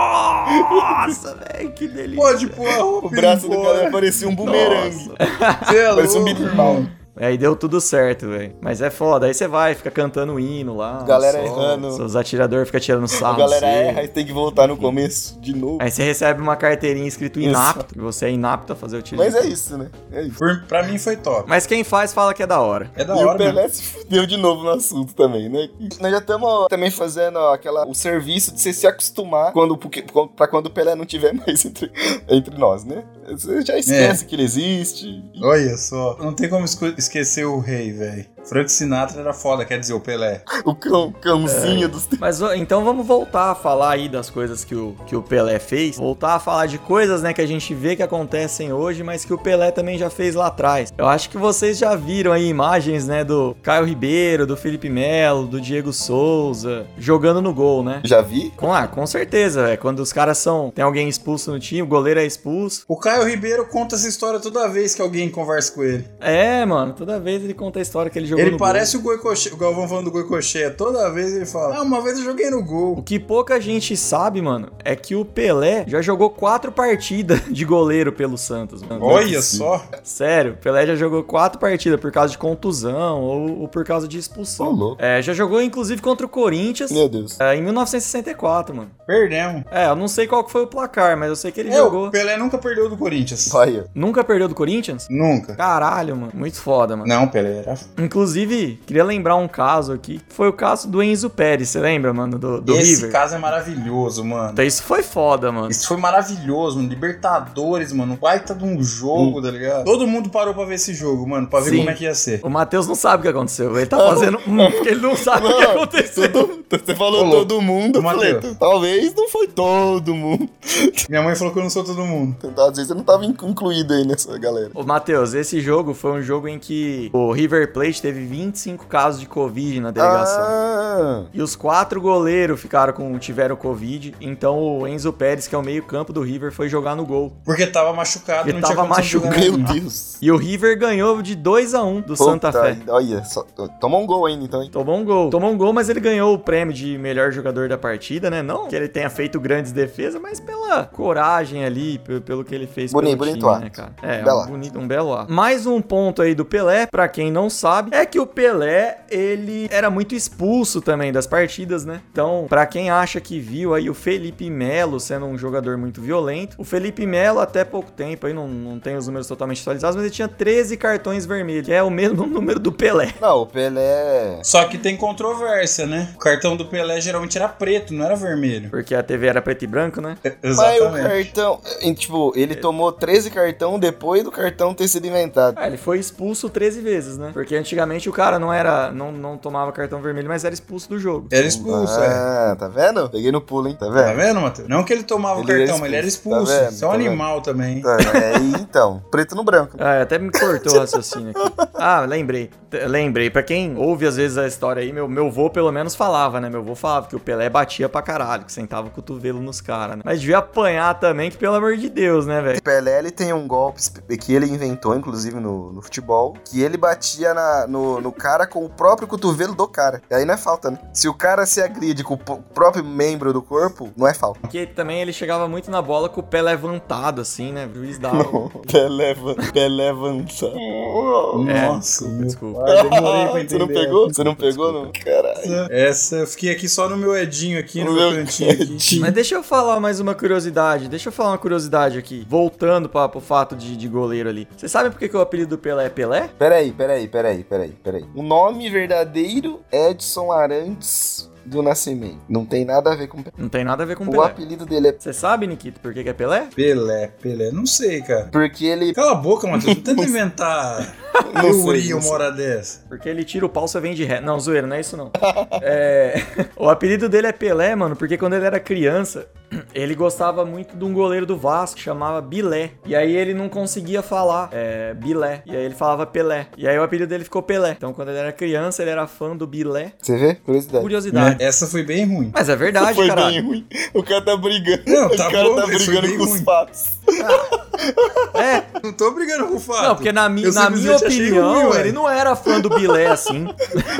S4: Nossa, velho, que delícia.
S9: Pode pôr a roupa
S6: O braço do
S9: embora.
S6: cara parecia um bumerangue.
S4: Nossa.
S9: Você é
S6: Parecia um
S9: louco,
S6: bipimal.
S9: irmão.
S4: Aí deu tudo certo, velho. Mas é foda. Aí você vai, fica cantando o hino lá.
S6: Galera
S4: só,
S6: errando.
S4: Os atiradores ficam tirando
S6: A
S4: sarro.
S6: galera
S4: de você.
S6: erra e tem que voltar no começo de novo.
S4: Aí você recebe uma carteirinha escrito
S6: Isso.
S4: inapto, e você é inapto a fazer o tiro.
S6: Mas
S4: de-
S6: é isso, né? É isso.
S9: Por- Pra mim foi top.
S4: Mas quem faz fala que é da hora.
S9: É da
S6: E o
S9: hora, mesmo.
S6: Pelé se fudeu de novo no assunto também, né? Nós já estamos também fazendo ó, aquela, o serviço de você se acostumar quando, porque, pra quando o Pelé não tiver mais entre, entre nós, né? Você já esquece é. que ele existe.
S9: Olha só. Não tem como esquecer o rei, velho. Frank Sinatra era foda, quer dizer, o Pelé.
S6: O cão, cãozinho é. dos
S4: Mas então vamos voltar a falar aí das coisas que o, que o Pelé fez. Voltar a falar de coisas, né, que a gente vê que acontecem hoje, mas que o Pelé também já fez lá atrás. Eu acho que vocês já viram aí imagens, né, do Caio Ribeiro, do Felipe Melo, do Diego Souza, jogando no gol, né?
S6: Já vi?
S4: Com, ah, com certeza, é Quando os caras são. Tem alguém expulso no time, o goleiro é expulso.
S9: O Caio Ribeiro conta essa história toda vez que alguém conversa com ele.
S4: É, mano, toda vez ele conta a história que ele jogou
S9: ele parece gol. o Goicoche, o Galvão falando do Goicoche. Toda vez ele fala, ah, uma vez eu joguei no gol.
S4: O que pouca gente sabe, mano, é que o Pelé já jogou quatro partidas de goleiro pelo Santos, mano.
S9: Olha é só.
S4: Sério, Pelé já jogou quatro partidas por causa de contusão ou, ou por causa de expulsão. Oh, louco. É, já jogou inclusive contra o Corinthians.
S6: Meu Deus.
S4: É, em 1964, mano.
S9: Perdemos.
S4: É, eu não sei qual foi o placar, mas eu sei que ele é, jogou.
S9: O Pelé nunca perdeu do Corinthians.
S6: Olha.
S4: Nunca perdeu do Corinthians?
S9: Nunca.
S4: Caralho, mano. Muito foda, mano.
S9: Não, Pelé era
S4: Inclusive, queria lembrar um caso aqui. Foi o caso do Enzo Pérez, você lembra, mano? Do, do
S9: Esse
S4: River.
S9: caso é maravilhoso, mano.
S4: Então, isso foi foda, mano.
S9: Isso foi maravilhoso, mano. Libertadores, mano. Baita de um jogo, hum. tá ligado? Todo mundo parou pra ver esse jogo, mano. Pra ver Sim. como é que ia ser.
S4: O Matheus não sabe o que aconteceu. Ele tá fazendo um porque ele não sabe não, o que aconteceu.
S6: Todo, você tá falou Olô. todo mundo, eu falei, talvez não foi todo mundo. Então,
S9: Minha mãe falou que eu não sou todo mundo.
S6: Às vezes eu não tava incluído aí nessa galera.
S4: Ô, Matheus, esse jogo foi um jogo em que o River Plate teve 25 casos de Covid na delegação. Ah. E os quatro goleiros ficaram com tiveram Covid. Então o Enzo Pérez, que é o meio-campo do River, foi jogar no gol.
S9: Porque tava machucado,
S4: Porque não tava machucado.
S6: Meu Deus.
S4: E o River ganhou de 2 a 1 um do Puta, Santa Fé.
S6: Olha, só, tomou um gol ainda, então. Hein?
S4: Tomou um gol. Tomou um gol, mas ele ganhou o prêmio de melhor jogador da partida, né? Não que ele tenha feito grandes defesas, mas pela coragem ali, pelo, pelo que ele fez.
S6: Bonito, bonito time, ato.
S4: Né, cara? É, belo um, bonito, um belo ato. Mais um ponto aí do Pelé, pra quem não sabe é que o Pelé, ele era muito expulso também das partidas, né? Então, para quem acha que viu aí o Felipe Melo sendo um jogador muito violento, o Felipe Melo até pouco tempo aí não, não tem os números totalmente atualizados, mas ele tinha 13 cartões vermelhos, que é o mesmo número do Pelé.
S6: Não, o Pelé.
S9: Só que tem controvérsia, né? O cartão do Pelé geralmente era preto, não era vermelho.
S4: Porque a TV era preto e branco, né?
S6: É, exatamente. Mas o cartão, tipo, ele tomou 13 cartão depois do cartão ter sido inventado.
S4: Ah, ele foi expulso 13 vezes, né? Porque antigamente o cara não era, não, não tomava cartão vermelho, mas era expulso do jogo.
S9: Era expulso,
S6: ah, é. tá vendo? Peguei no pulo, hein? Tá vendo?
S9: Tá vendo, Matheus? Não que ele tomava ele cartão, mas ele era expulso. Tá Você é um tá animal vendo? também. Tá,
S6: é, então, preto no branco.
S4: Ah, até me cortou o raciocínio aqui. Ah, lembrei. Lembrei, pra quem ouve às vezes a história aí, meu, meu vô pelo menos falava, né? Meu vô falava que o Pelé batia pra caralho, que sentava o cotovelo nos caras, né? Mas devia apanhar também, que pelo amor de Deus, né, velho?
S6: Pelé, ele tem um golpe que ele inventou, inclusive, no, no futebol, que ele batia na, no, no, cara com o próprio cotovelo do cara. E aí não é falta, né? Se o cara se agride com o próprio membro do corpo, não é falta.
S4: Porque também ele chegava muito na bola com o pé levantado, assim, né? O juiz dava.
S6: pé, leva, pé levantado.
S4: É, Nossa, desculpa. desculpa.
S6: Ai, demorei pra entender. Você não pegou? Você não pegou, não? Caralho.
S9: Essa, eu fiquei aqui só no meu Edinho aqui, no, meu, meu cantinho. Aqui.
S4: Mas deixa eu falar mais uma curiosidade. Deixa eu falar uma curiosidade aqui. Voltando pra, pro fato de, de goleiro ali. Você sabe por que, que o apelido do Pelé é Pelé?
S6: Peraí, peraí, peraí peraí, peraí. O nome verdadeiro é Edson Arantes do Nascimento. Não tem nada a ver com
S4: Não tem nada a ver com
S6: o
S4: Pelé.
S6: O apelido dele é.
S4: Você sabe, Nikito, por que, que é Pelé?
S9: Pelé, Pelé. Não sei, cara.
S6: Porque ele.
S9: Cala a boca, Matheus. Não tenta inventar. Não sei, uma hora dessa.
S4: Porque ele tira o pau, você vem de ré. Não, zoeira, não é isso não. é... O apelido dele é Pelé, mano, porque quando ele era criança, ele gostava muito de um goleiro do Vasco, chamava Bilé. E aí ele não conseguia falar é, Bilé. E aí ele falava Pelé. E aí o apelido dele ficou Pelé. Então quando ele era criança, ele era fã do Bilé.
S6: Você vê? Curiosidade.
S4: Curiosidade.
S9: Essa foi bem ruim.
S4: Mas é verdade,
S6: foi
S4: cara.
S6: Foi bem ruim. O cara tá brigando. Não, tá o cara bom, tá brigando com ruim. os fatos.
S9: Ah. É. Não tô brigando com o fato.
S4: Não, porque na, mi na minha opinião, ruim, ele não era fã do Bilé assim.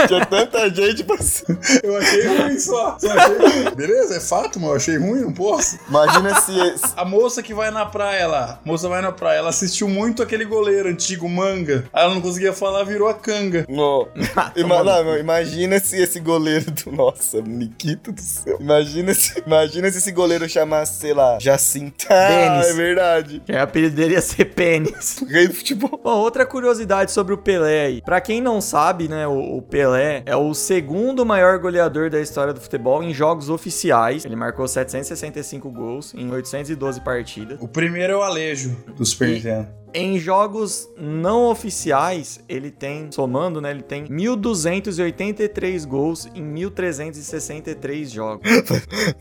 S6: Tinha tanta gente passando.
S9: Eu achei ruim só. só achei ruim. Beleza, é fato, mas eu achei ruim, não posso.
S6: Imagina se. Esse...
S9: A moça que vai na praia lá. A moça vai na praia. Ela assistiu muito aquele goleiro antigo, manga. Aí ela não conseguia falar, virou a canga.
S6: No. Ima não, não, imagina se esse goleiro do. Nossa, Nikito do céu. Imagina se, imagina se esse goleiro chamasse, sei lá, Jacinta.
S4: Denis.
S6: Ah, é verdade.
S4: É a apelido dele ia ser Pênis.
S6: Rei do futebol.
S4: Bom, outra curiosidade sobre o Pelé aí. Pra quem não sabe, né, o, o Pelé é o segundo maior goleador da história do futebol em jogos oficiais. Ele marcou 765 gols em 812 partidas.
S9: O primeiro é o Alejo, do Super
S4: E-
S9: Nintendo.
S4: Em jogos não oficiais, ele tem, somando, né, ele tem 1.283 gols em 1.363 jogos.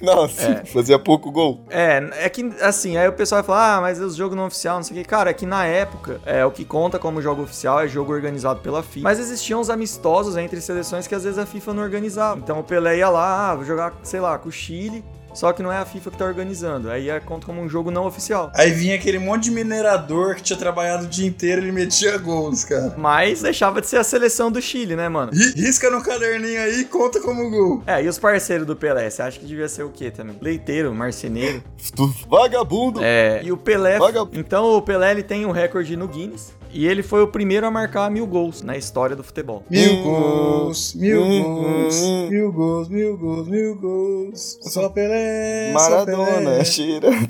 S6: Nossa,
S4: É.
S6: fazia pouco gol.
S4: É, é que assim, aí o pessoal vai falar, ah, mas os jogos não oficial, não sei o que. Cara, é que na época, é, o que conta como jogo oficial é jogo organizado pela FIFA. Mas existiam os amistosos entre seleções que às vezes a FIFA não organizava. Então o Pelé ia lá, ah, vou jogar, sei lá, com o Chile, só que não é a FIFA que tá organizando. Aí é, conta como um jogo não oficial.
S9: Aí vinha aquele monte de minerador que tinha trabalhado o dia inteiro e ele metia gols, cara.
S4: Mas deixava de ser a seleção do Chile, né, mano?
S9: Ri- Risca no caderninho aí e conta como gol.
S4: É, e os parceiros do Pelé? Você acha que devia ser o quê também? Leiteiro, marceneiro.
S6: Vagabundo.
S4: É. E o Pelé.
S6: Vagabundo.
S4: Então o Pelé ele tem um recorde no Guinness. E ele foi o primeiro a marcar mil gols na história do futebol.
S9: Mil gols, mil gols, mil gols, mil gols, mil gols. Só Pelé, só Pelé.
S6: Maradona, cheirando.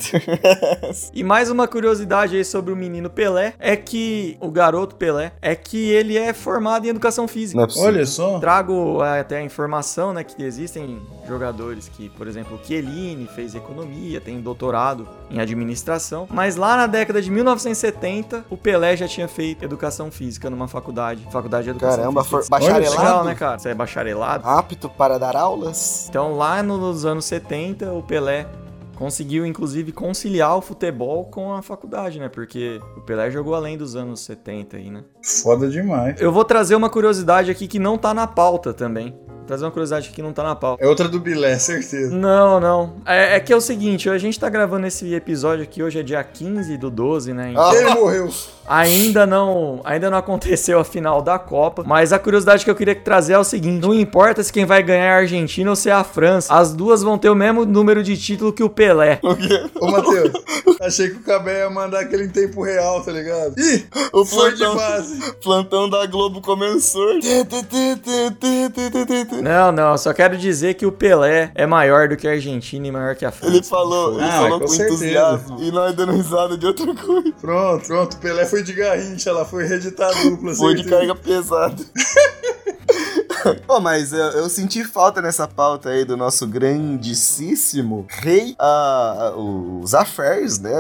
S4: E mais uma curiosidade aí sobre o menino Pelé é que o garoto Pelé é que ele é formado em educação física.
S6: Não é possível.
S9: Olha só.
S4: Trago é, até a informação, né, que existem jogadores que, por exemplo, o Chiellini fez economia, tem doutorado em administração, mas lá na década de 1970, o Pelé já tinha feito educação física numa faculdade, faculdade de educação
S6: Caramba,
S4: física.
S6: for- bacharelado?
S4: legal, né, cara? Você é bacharelado.
S6: Apto para dar aulas?
S4: Então, lá nos anos 70, o Pelé conseguiu, inclusive, conciliar o futebol com a faculdade, né? Porque o Pelé jogou além dos anos 70 aí, né?
S9: Foda demais.
S4: Eu vou trazer uma curiosidade aqui que não tá na pauta também. Vou trazer uma curiosidade aqui que não tá na pauta.
S9: É outra do Bilé, certeza.
S4: Não, não. É, é que é o seguinte, a gente tá gravando esse episódio aqui, hoje é dia 15 do 12, né? Então
S9: Ele morreu.
S4: Ainda não, ainda não aconteceu a final da Copa, mas a curiosidade que eu queria trazer é o seguinte: não importa se quem vai ganhar é a Argentina ou se é a França, as duas vão ter o mesmo número de título que o Pelé.
S9: Ô, Matheus, achei que o Cabé ia mandar aquele em tempo real, tá ligado? Ih,
S6: O
S9: foi de
S6: plantão,
S9: base.
S6: plantão da Globo um começou.
S4: Não, não, só quero dizer que o Pelé é maior do que a Argentina e maior que a
S6: Ele
S4: França.
S6: falou, ele
S9: Ah,
S6: falou
S9: com
S6: com,
S9: certeza.
S6: entusiasmo e nós dando risada de outra coisa.
S9: Pronto, pronto. Pelé foi de garrincha, ela foi reeditar a dupla.
S6: Foi de
S9: certeza.
S6: carga pesada. Pô, mas eu, eu senti falta nessa pauta aí do nosso grandíssimo rei, ah, ah, os affairs, né?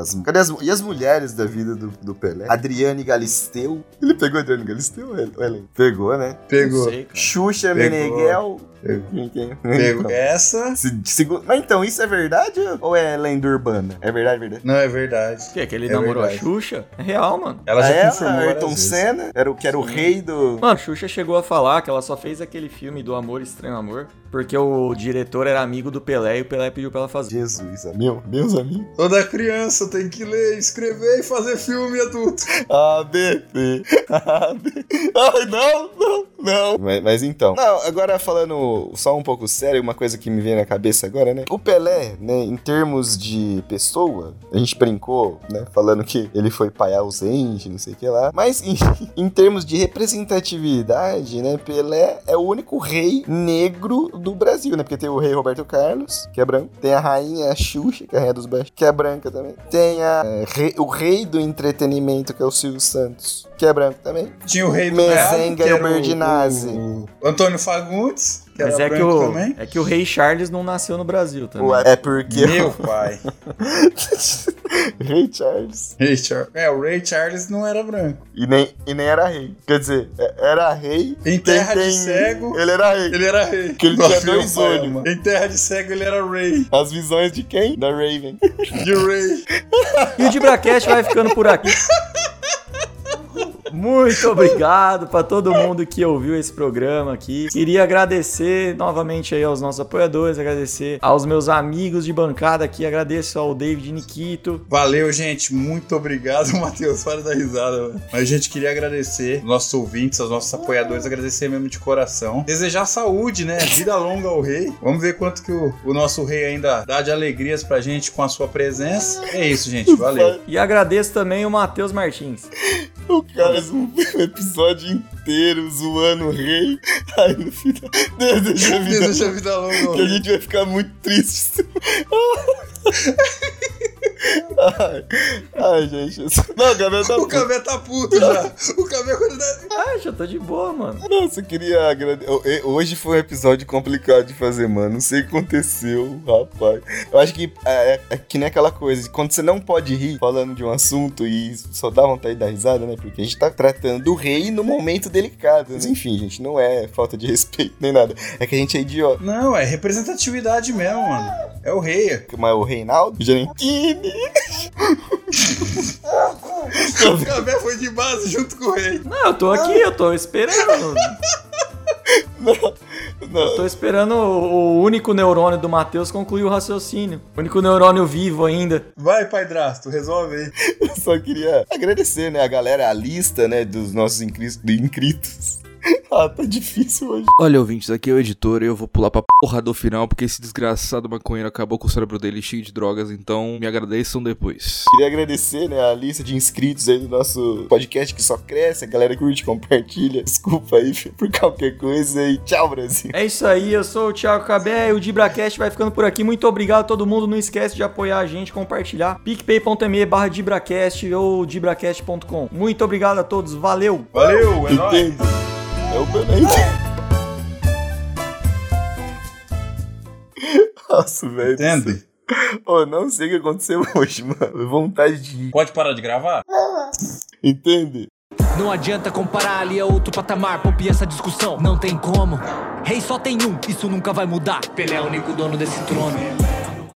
S6: As, cadê as- e as mulheres da vida do, do Pelé? Adriane Galisteu. Ele pegou a Adriane Galisteu? Ele, ele pegou, né?
S9: Pegou.
S4: Não sei, cara.
S6: Xuxa
S9: Pegou.
S6: Meneghel.
S9: Pegou.
S6: Quem que é?
S9: Pegou.
S6: Então.
S9: Essa...
S6: Se- segu- Mas então, isso é verdade ou é lenda urbana? É verdade, verdade.
S9: Não, é verdade.
S4: O quê? Que ele
S9: É
S4: namorou
S9: verdade.
S4: a Xuxa? É real, mano.
S9: Ela já
S6: Ah, é?
S9: confirmou várias
S6: Ayrton
S9: vezes.
S6: Senna, era o, que era o rei do...
S4: Mano, a Xuxa chegou a falar que ela só fez aquele filme do Amor Estranho Amor porque o diretor era amigo do Pelé e o Pelé pediu pra ela fazer.
S6: Jesus, meu, meus amigos.
S9: Toda criança tem que ler, escrever e fazer filme adulto.
S6: A, B, C. A, B. Ai, não, não, não. Mas, mas então. Não, agora falando só um pouco sério, uma coisa que me vem na cabeça agora, né? O Pelé, né, em termos de pessoa, a gente brincou, né? Falando que ele foi pai ausente, não sei o que lá. Mas em, em termos de representatividade, né? Pelé é o único rei negro do Brasil, né? Porque tem o rei Roberto Carlos, que é branco. Tem a rainha Xuxa, que é a rainha dos baixos, que é branca também. Tem a, eh, rei- o rei do entretenimento, que é o Silvio Santos, que é branco também.
S9: Tinha o rei do
S6: Mezenga
S9: Gado, que era o-
S6: Gilbertinazzi.
S9: o- o Antônio Fagundes, que
S4: Mas
S9: era
S4: é que,
S9: branco
S4: o,
S9: também.
S4: é que o Rei Charles não nasceu no Brasil também.
S6: Ué, É porque...
S9: Meu pai.
S6: rei Charles.
S9: Ray Char- É, o Ray Charles não era branco.
S6: E nem, e nem era rei. Quer dizer, é- era rei...
S9: Em terra de cego,
S6: Ele era rei.
S9: ele é era rei.
S6: Que ele tinha
S9: Nossa, meu
S6: dois
S9: pai,
S6: olhos, mano.
S9: Em terra de cego, ele era Ray.
S6: As visões de quem? Da Raven.
S9: De Ray.
S4: E o DibraCast vai ficando por aqui. Muito obrigado para todo mundo que ouviu esse programa aqui. Queria agradecer novamente aí aos nossos apoiadores, agradecer aos meus amigos de bancada aqui, agradeço ao David Nikito.
S9: Valeu, gente. Muito obrigado, Matheus. Para da risada, mano. Mas, gente, queria agradecer aos nossos ouvintes, aos nossos apoiadores, agradecer mesmo de coração. Desejar saúde, né? Vida longa ao rei. Vamos ver quanto que o, o nosso rei ainda dá de alegrias pra gente com a sua presença. É isso, gente. Valeu.
S4: E agradeço também o Matheus Martins.
S6: O cara um episódio inteiro zoando o rei. Aí no final. Deseja a vida.
S9: Deseja vida longa ao
S6: Que a
S9: rei.
S6: gente vai ficar muito triste. Ai, ai, gente. isso- Não, o Gabriel tá
S9: O Cabé tá puto já. O Cabé quando.
S4: Ah, já tô de boa, mano.
S6: Nossa, eu queria agradecer. Hoje foi um episódio complicado de fazer, mano. Não sei o que aconteceu, rapaz. Eu acho que é, é- é que nem aquela coisa de quando você não pode rir falando de um assunto e só dá vontade de dar risada, né? Porque a gente tá tratando do rei num momento delicado. né? Mas, enfim, gente, não é falta de respeito nem nada. É que a gente é idiota.
S9: Não, é representatividade mesmo, mano. É o rei.
S6: Mas o Reinaldo, gente.
S9: O Cabé foi de base junto com o rei.
S4: Não, eu tô aqui, eu tô esperando. Eu tô esperando o o único neurônio do Matheus concluir o raciocínio. O único neurônio vivo ainda.
S9: Vai, pai Drasto, resolve aí.
S6: Eu só queria agradecer, né, a galera, a lista, né, dos nossos incris- inscritos. ah, tá difícil hoje.
S12: Olha, ouvintes, aqui é o editor e eu vou pular pra porra do final, porque esse desgraçado maconheiro acabou com o cérebro dele cheio de drogas, então me agradeçam depois.
S6: Queria agradecer, né, a lista de inscritos aí do nosso podcast que só cresce, a galera curte, compartilha. Desculpa aí filho, por qualquer coisa e tchau, Brasil.
S4: É isso aí, eu sou o Thiago Cabé e o DibraCast vai ficando por aqui. Muito obrigado a todo mundo. Não esquece de apoiar a gente, compartilhar. picpay.me barra DibraCast ou dibracast.com. Muito obrigado a todos, valeu!
S9: Valeu, é nóis.
S6: Entendo. É o Benito. Nossa, velho.
S9: Entende?
S6: Ô, não sei o que aconteceu hoje, mano. Vontade de ir.
S9: Pode parar de gravar?
S6: Entende?
S13: Não adianta comparar ali é outro patamar, pompe essa discussão, não tem como. Rei só tem um, isso nunca vai mudar. Pelé é o único dono desse trono.